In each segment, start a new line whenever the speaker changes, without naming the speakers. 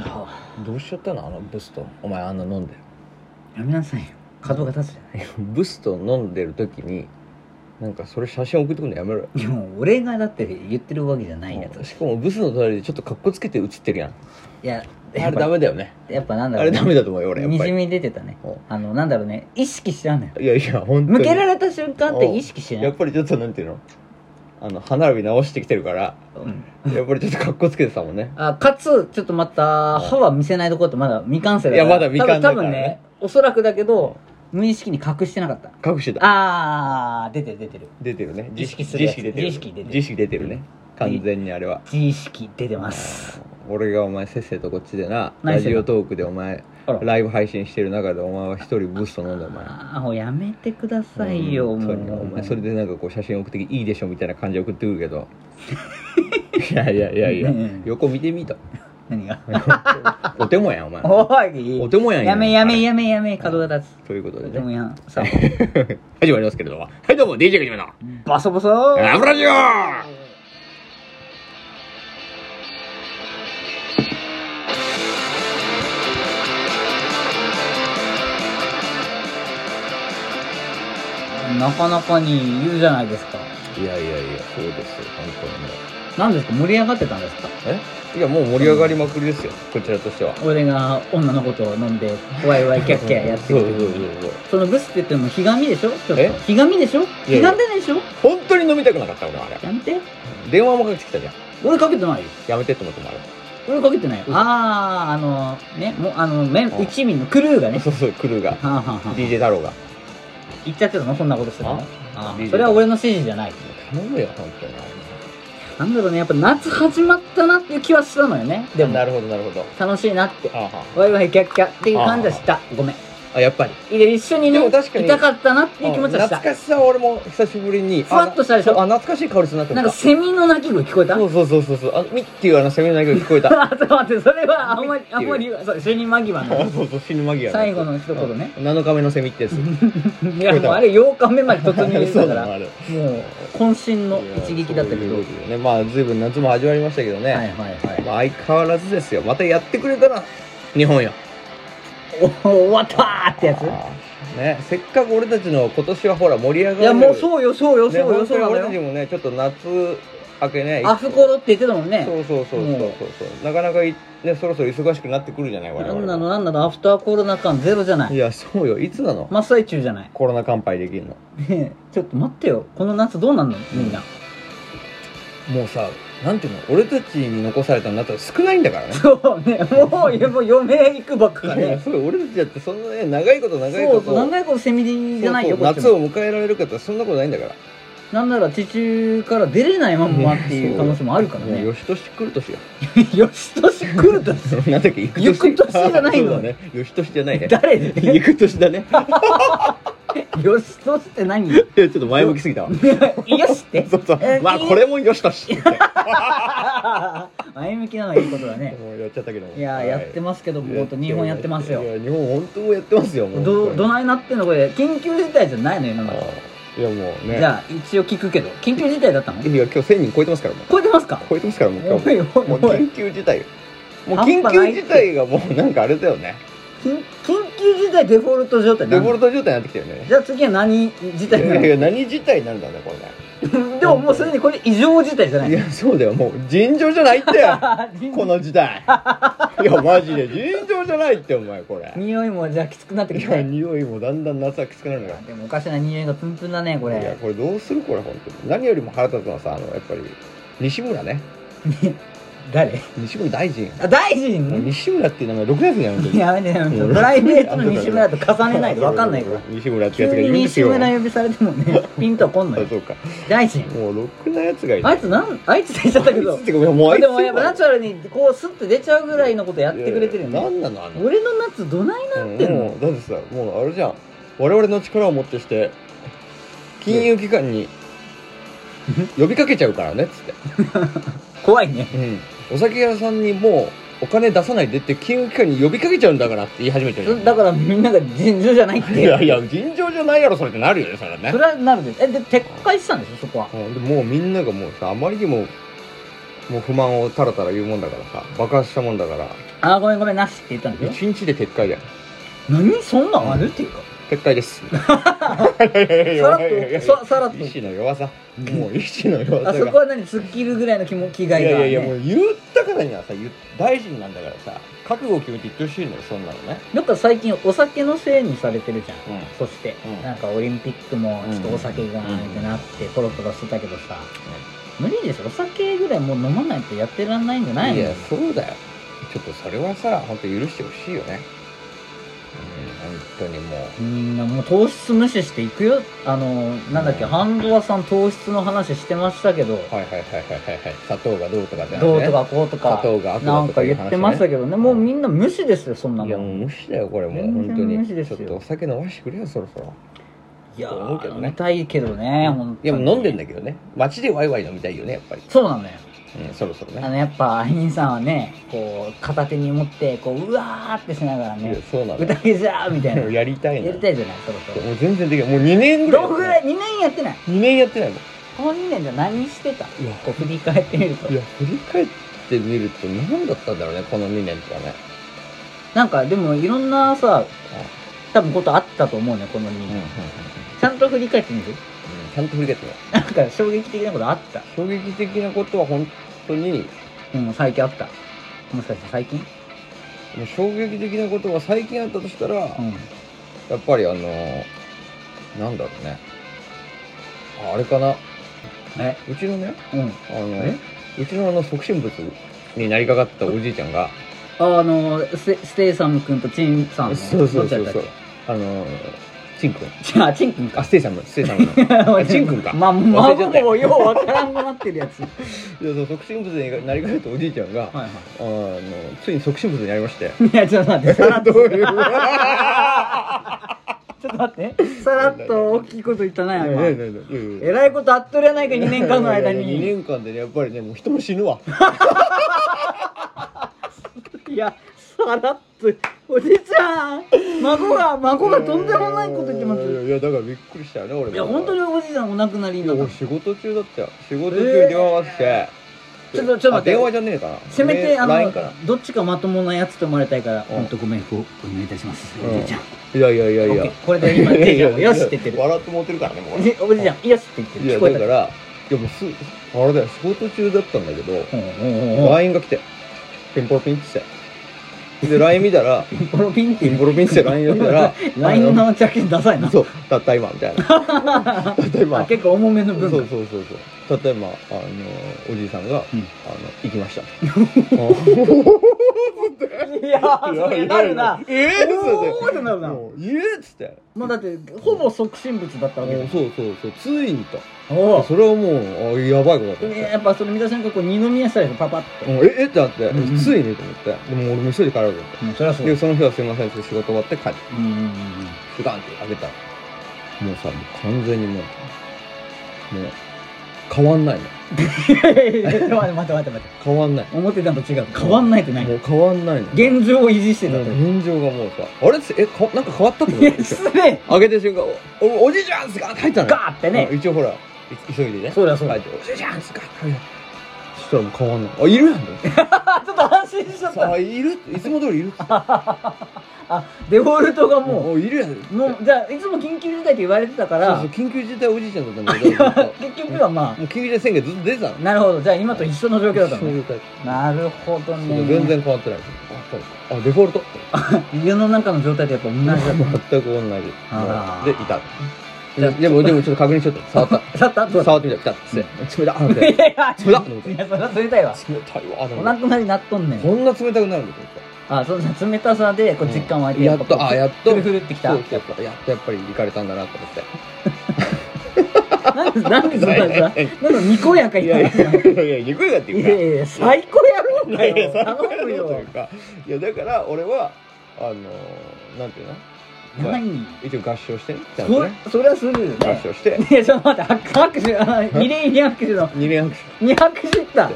よ
どうしちゃったのあのブストお前あんな飲んで
やめなさいよ角が立つじゃない
ブスト飲んでる時になんかそれ写真送ってくるのやめろよ
でも俺がだって言ってるわけじゃないやつ
しかもブスの隣でちょっとかっこつけて写ってるやん
いや
あ
やっ
れダ
ぱ
メだよね
やっぱなんだ
あ
ろう
れダ
ね
メだと思うよ俺やっ
に
ぱ
じ
り
み出てたね
うん
あのなんだろうね意識してたんだよ
いやいや本当に
向けられた瞬間って意識しな
やっ
い
ぱりちょっとなんていうのあの歯並び直してきてるから
うん
やっぱりちょっとかっこつけてたもんね
あかつちょっとまた歯は見せないとこってまだ未完成だか
い
ら
やまだ未完だから
多分多分ねおそらくだけど無意識に隠してなかった
隠してた
あー出てる出てる
出てるね
自意識する
自意
やつ
識出てる
自意識出てる
自意識出てるね完全にあれは
自意識出てます
俺がお前せっせとこっちでな
何
ラ
してん
ジ
の
オトークでお前
あら
ライブ配信してる中でお前は一人ブスト飲んだお前
あーもうやめてくださいよ、
本
も
当
う
にお前それでなんかこう写真送ってきていいでしょみたいな感じで送ってくるけど いやいやいやいや
うん
横見てみと
何が
お手もやんお前
おい
お手もやん
やめやめ
や
やめやめ角が立
ということ
つ
で
でも
ね
や んさあ
始まりますけれどもはいどうも DJ がジムの
バソバソ
ラブラジオ
なかなかに言うじゃないですか
いやいやいやそうですよ本当にもう
何ですか盛り上がってたんですか
えいやもう盛り上がりまくりですよこちらとしては
俺が女の子と飲んでワイワイキャッキャやって
そ
る
うそうそうそう
そのブスって言ってもひがみでしょちょっ
え
とひがみでしょ
いや
ひがんでないでしょ
本当に飲みたくなかった俺はあれ
やめて
電話もかけてきたじゃん
俺かけてないよ
やめてって思ってもあれ
俺かけてないよ
嘘
あああのねもうあのめ
あ
一味のクルーがね
そうそうクルーが
はあ、はあはあ、
DJ 太郎が
言っちゃってたのそんなことしてたの
あ
あ
DJ
あそれは俺の指示じゃない
頼むよ本当に
なんだろうねやっぱ夏始まったなっていう気はしたのよねでも
なるほどなるほど
楽しいなって
あは
ワイワイキャッキャっていう感じはしたごめん
あやっぱり
いや一緒にね
でも確かに
いたかったなっていう気持ちはした
懐かしさは俺も久しぶりに
ふわっとしたでしょ
あなあ懐かしい香りするなって
な
思
ん
っ
か
た
セミの鳴き声聞こえた
そうそうそうそうそうあミッっていうあのセミの鳴き声聞 こえた
あちょっと待って、それはあんまり、あんまり言わ、そう、死に間際 の。
あそうそう死ぬ間際
最後の一言ね
7日目のセミってやつ
いや、もうあれ8日目まで突入し
そ
た
う
か
な
ら、
の
も
あれ
う渾身の一撃だったけ
いや
ど。
そう
は
いうことでねまあ随分夏も始まりましたけどね、
いはいはい。
まあ、相変わらずですよまたやってくれたら日本よ
お終わったーってや
あ
つ
ーねせっかく俺たちの今年はほら盛り上がる
いや、もう
う
そうよ、そうよ、そう
ね、
よ、
本当
そう
に
な
俺た
の
ち
よ。
もねちょっと夏明けね
アフコロって言ってたもんね。
そうそうそうそうそうそうなかなかいねそろそろ忙しくなってくるじゃない我々
な
も
んなの、なんなの、アフターコロナ感ゼロじゃないい。
やそうよいつなの、
真っ最中じゃない。
コロナ乾杯できるの
ねえちょっと待ってよ。この夏どうなんのみんな。
もうさなんていうの俺たちに残されたのだったら少ないんだからね
そうね、もう、いやもう嫁行くばっか
いや
ね。
そう俺たちだってそんなね長いこと長い
そ
こ
う
と
そう、長いことセミじゃないよ、
そうそう
こっち
夏
も
を迎えられる方そんなことないんだから
なんなら地中から出れないまんまっていう可能性もあるから
も
ね
う。吉年来る年よ
よしとし来るとし
なんだっけ行く年
行く年じゃない の
そうだね吉年じゃ ないね
誰で
行く年だね
よしとしって何
いやちょっと前向きすぎたわ
よしって
そうそう
えー
まあこれも吉年って言って
前向きなのはいいことだね。
もうやっちゃったけども
いやー、やってますけど、も本当日本やってます
い
よ。
や日本本当もやってますよもう
ど、ど
な
ないなってんのこれ、緊急事態じゃないのよ、今まで。
いやもうね
じゃあ、一応聞くけど、緊急事態だったの
いや今日1000人超えてますからもう
超えてますか
超えてますからもう今日
おいおい
もう
おい。
緊急事態よもう
半
緊
端ない
急事態がもうなんかあれだよね
緊緊急事態デフォルト状態な
デ
の
フォルト状態になってきたよね
じゃあ次は何事
いや
態ないの
や何事態なんだねこれね
でももうすでにこれ異常事態じゃないい
やそうだよもう尋常じゃないって この時代いやマジで尋常じゃないってお前これ
匂いもじゃあきつくなって
い
き
や
て
匂いもだんだん夏はきつくなるのよ
でもおかしな匂いがプンプンだねこ
いや
れ
これどうするこれ本当に何よりも腹立つのはさあのやっぱり西村ね
誰
西村大臣
あ大
もう
臣
西村っていう名前6年生にやめて
やめてやめて
うん
プライベートの西村と重ねないと分かんないから
西村ってやつ
急
がい
に
るんです
西
よ
村呼びされてもねピンとはこんの
あ
よ
そうか
大臣
もうろくなやつがいる
あいつなんあいつって言っちゃったけ
あい
ど
つってかもうあいつ
でもやっぱナチュラルにこうスッて出ちゃうぐらいのことやってくれてるよ
いや
ね
何なのあの
俺の夏どないなってん
も
の
うだってさもうあれじゃん我々の力をもってして金融機関に呼びかけちゃうからねっつって、
怖いね
うん、お酒屋さんにもうお金出さないでって金融機関に呼びかけちゃうんだからって言い始めてるじゃん
だからみんなが尋常じゃないって
いやいや尋常じゃないやろそれってなるよねそれはね
それはなるでえで撤回したんでしょそこは
うんでもうみんながもうさあまりにももう不満をたらたら言うもんだからさ爆発したもんだから
あーごめんごめんなしって言ったんだよ
一日で撤回だよ
何そんなんあるっていうか
撤回です さ
さらっとささらっと
意志の弱さもう意志の弱
あ
さ
そ
が
こは何突っ切るぐらいの気も気概
い
が、ね、
やいやいやもう言ったからにはさ言う大臣なんだからさ覚悟を決めて言ってほしいのよそんなのね
なんか最近お酒のせいにされてるじゃん、
うん
そして、
うん
なんかオリンピックもちょっとお酒が
うん
ってなってポロポロしてたけどさ、無理ですお酒ぐらいもう飲まないとやってらんないんじゃないの
やそうだよちょっとそれはさ本当許してほしいよねうん本当にもう
みんなもう糖質無視していくよあのなんだっけ、
うん
ハンドアさん糖質の話してましたけど、
はいはいはいはいはいはい砂糖がどうとかじゃな
どう
ね
とかこうと
砂
か
糖が悪
な
だ
ん
と
か
かい
言
う話ね
ってましたけどねもうみんな無視ですよそんない
やも
の
う無視だよこれもう
全然
本当に
無視ですよ
ちょっとお酒飲ましてくれよそろそろ
いや
思うけど
ー
ね
飲みたいけどね本当
いや
に
もう飲んでんだけどね街でワイワイ飲みたいよねやっぱり
そうなのよ
うんそろそろ
あ
ね
のやっぱアインさんはねこう片手に持ってこううわーってしながら
いや
ね
そうなの
宴じゃーみたいな
よやりたいの
やりたいじゃないそろそろ
もう全然できないもう2年ぐらい
どんぐらい2年やってない
2年やってないもん
この2年じゃ何してた
いや
こう振り返ってみると
いや振り返ってみると何だったんだろうねこの2年とかね
なんかでもいろんなさ多分ことあったと思うねこの2
うんうんうんう
年
ん
ちゃんと振り返ってみる
ちゃんと振り返ってね
なんか衝撃的なことあった
衝撃的なことは本当に
うん最近あったもしかして最近
もう衝撃的なことは最近あったとしたら、
う
や
ん
っぱりあのなんだろうねああれかな
え
うちのね
うん
あの
え
うちのあの促進物になりかかったおじいちゃんが
あのスステイサム君とチンさんの
そうそうそう
どっ
そうあのチン君
ちだったっけあチン君か
あステイさんステイさん のあチン君か
まあ、
忘れちゃった
孫もようわからんくなってるやつ。はい
いやそう促進物になりかかったおじいちゃんが、
は
あのついに促進物になりま して
い。いや、ちょっと待って、さらっと、
どう
ち ょ
いう
っと待って、さらっと大きいこと言ったな、今。え
え
らいことあっとるやないか、2年間の間
2
に。
年間でねやっぱりねもう人も死ぬわ
いや、さらっと、おじいちゃん、孫が、孫がとんでもないこと言ってま
いや
す。
いやだからびっくりしたよね俺も
いや、本当におじいちゃんお亡くなり
い
に
や
なっ
俺
た。
仕事中だったよ仕事中に電話があって、
ちょっとちょっと待って
あ電話じゃねえかな
せめ
メ
て、
ー
あ
ル LINE かな
の、どっちかまともなやつと思われたいから、
うん
本当ご冥福をお願いいたします。
うん
おじいちゃん。
いやいやいやいや
オッケーこれで今、じいちゃんもよしって言ってる。
笑って持ってるからねもう
おじおじいちゃん、よしって言って
い
る。
や
聞こ
だ
えた
からいやもうすあれだよ仕事中だったんだけど、
うんうんうんうん
LINE が来てピンポロピンってしてで LINE 見たら
ピンポロ ピンっ
ピ
てい
ン
う
ポロピンって LINE を見た ら
LINE
あ
の着信ダサいな
のそうたった今みたい なたった
あ
今
結構重めの
そう
文
そう
化
そうそうたった今あのおじいさんが、
うん
あの行きま した
いやーそれなるな
ええー、
おーってなるな
もう言えっつって
もうだってほぼ即身仏だったわけ
もう
で
そうそうそうついにと
おお
それはもうあやばいことだと思って
やっぱそれ見た瞬間こう二宮したでしょパパって
もうええってなって、
うんうん
ついにと思ってでも俺も急いで帰ろうと思って
もうそりゃそう
でその日はすいませんって仕事終わって帰って
うんうんうん
スガンって開けたらもうさもう完全にもうもう変わんないの
いやいやいや待って待って待って待って
変わんない
思ってたのと違う変わんないってない
もう変わんないの
現状を維持してた
も
っ
う
て
現状がもうさあれえかなんか変わったって
い
思
や
って
失礼
開けた瞬間おおおじいちゃんスガンって入ったのよ
ガーって
うん
ね
一応ほらい急いでね
そうだそう
帰
だ
っておじいちゃんスガンって入ったそしたらもう変わんないあいるやんと思って
あちょっと安心しちゃった
さあいるいつも通りいるっつって
あデフォルトがも
ういるやん
うもうじゃあいつも緊急事態って言われてた
そ
か
う
ら
そう
結
緊急事態おじいちゃんだったんだけどず っとも
局はまあ
う緊急事態宣言ずっと出てたの
なるほどじゃあ今と一緒の状況だった
そう
の
い
ね
うタイプ
なるほどね
全然変わってないあデフォルト
家の中の状態とやっぱ同じだった
全く同じ
あら
でいた
じゃあ
でもでもちょっと確認しちゃった触っ
さっ
た
たどうだ
触ってみたらピタッつって冷たっ
いやい
冷
や
そうだ
いやそれは冷たいわ
たいわと
お
思
亡
って
くなりなっとんねん
こんな冷たくなるんだと思って
あその冷たさでこう実感湧いて、
やっとあやっと
ふるふるってきた
そうそうそうやっとやっぱり行かれたんだなと思って
なんでなん でそんなさなんかにこやか言われてんのい
いやいや憎いかって
やいやいや最高やろうか
いや
よ
いやそう
頼む
いうことという
よ
かいやだから俺はあのーなんていうの
何
一応合唱してねちゃんと
そ
ね
それはするよ
合
ね
唱して
いやちょっと待って拍手拍手あ二連二拍手の
二連拍手
二拍手った
うん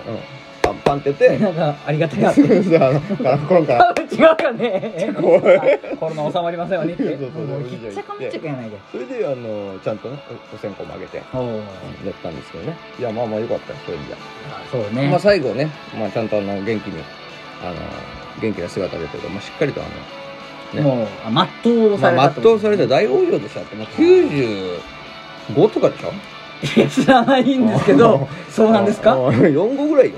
パンパンってやって
なんかありがたい なって
すぐさあのカラコロンから
違うよね
こう
コロナ収まりませんようにって
そうそう
もうひっちゃかめっちゃかやないで
それであのちゃんとねお線香もあげてや
おお
ったんですけどねいやまあまあよかったよそれじゃ
そうね
まあ最後ね、まあ、ちゃんとあの元気にあの元気な姿でというか、まあ、しっかりとあのね
もうあ全うされ
まあ、
たって
全
こ
う
と
された大往生でしたって、もう95とかでしょ
いや知らないんですけ ど そうなんですか
ああ4号ぐらいよ。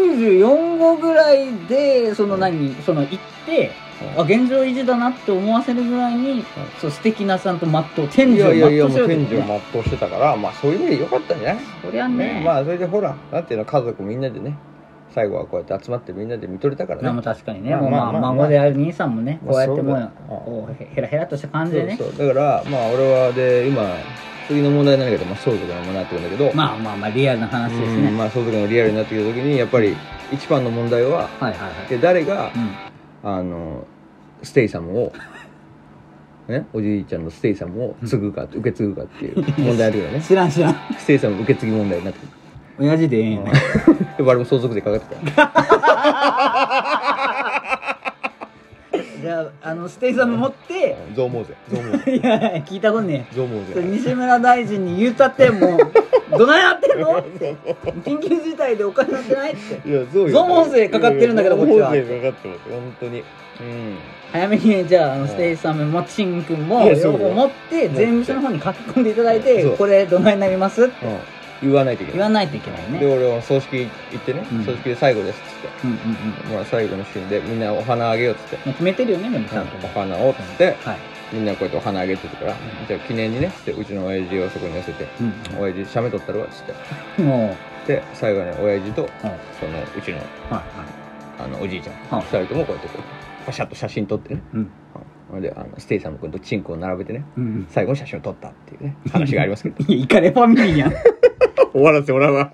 94号ぐらいでその何その行ってあ現状維持だなって思わせるぐらいにそう素敵なさんとマット天
い
井を
やいやいや、
全う
も
し
う天
よう
井
とね
を全うしてたから、まあそういう意味でよかったんじゃない
そりゃね
ねまあそれでほら、なんていうの、家族みんなでね、最後はこうやって集まってみんなで見とれたか
ま
ら
あまあ
ね。
確かに
ま
ね、
あ
もうまあ
まあまあ
孫である兄さんもね、
まあ
こうやっても
そうだ
う、こうへへらへらっとした感じでね。
そうそうだから、まあ俺はで、今、次の問題になるけど、まあ相続の問題になってくるんだけど、
まあまあまあ、リアルな話です
うん
ね。
まあ相続のリアルになってくるときに、やっぱり一番の問題は、
はいはいはい。
で誰が
うん。
あのステイサムを、 ね、おじいちゃんのステイサムを継ぐか、受け継ぐかっていう問題あるよ ね
知らん知らん。
ステイサム受け継ぎ問題になってくる
親父でええんやな。
でもあれも相続税かかってたよ
じゃあ、あの、ステイサム持って、
増毛税増毛税
いや、聞いたことねえ。
増毛税
それ西村大臣に言うたって、もう、どないなってんのって緊急事態でお金なってないって。
いやそうよ
増毛税かかってるんだけどこっちは
増毛税かかってます本当にうん
早めに、じゃああの、ステイサムもチン君も、
いやそう
両
よ
方持って、税務署の方に書き込んでいただいて
そう、
これどないなりますって
うん言わないといけ
言
ない
わないといけない
で
ね。
俺は葬式行ってね、
うん
葬式で最後ですっつっ
うんうんうん。
て、まあ、最後のシーンでみんなお花あげようっつって、
もう決めてるよね、でもちゃんと。
お花をっつって、
はい。
みんなこうやってお花あげてたから、じゃあ記念にねっつってうちの親父をそこに寄せて「親父写メ撮ったるわ」っつって
うん。も
で最後に親父と
う、はい。
そのうちの
はい。
あのおじいちゃん
はい
2人ともこうやってこうパシャッと写真撮ってね
うん。
ほんであのステイサム君とチンコを並べてね
うん。
最後に写真を撮ったっていうね話がありますけど
いや、イカレファミリーやん。
終わらせてもらうわ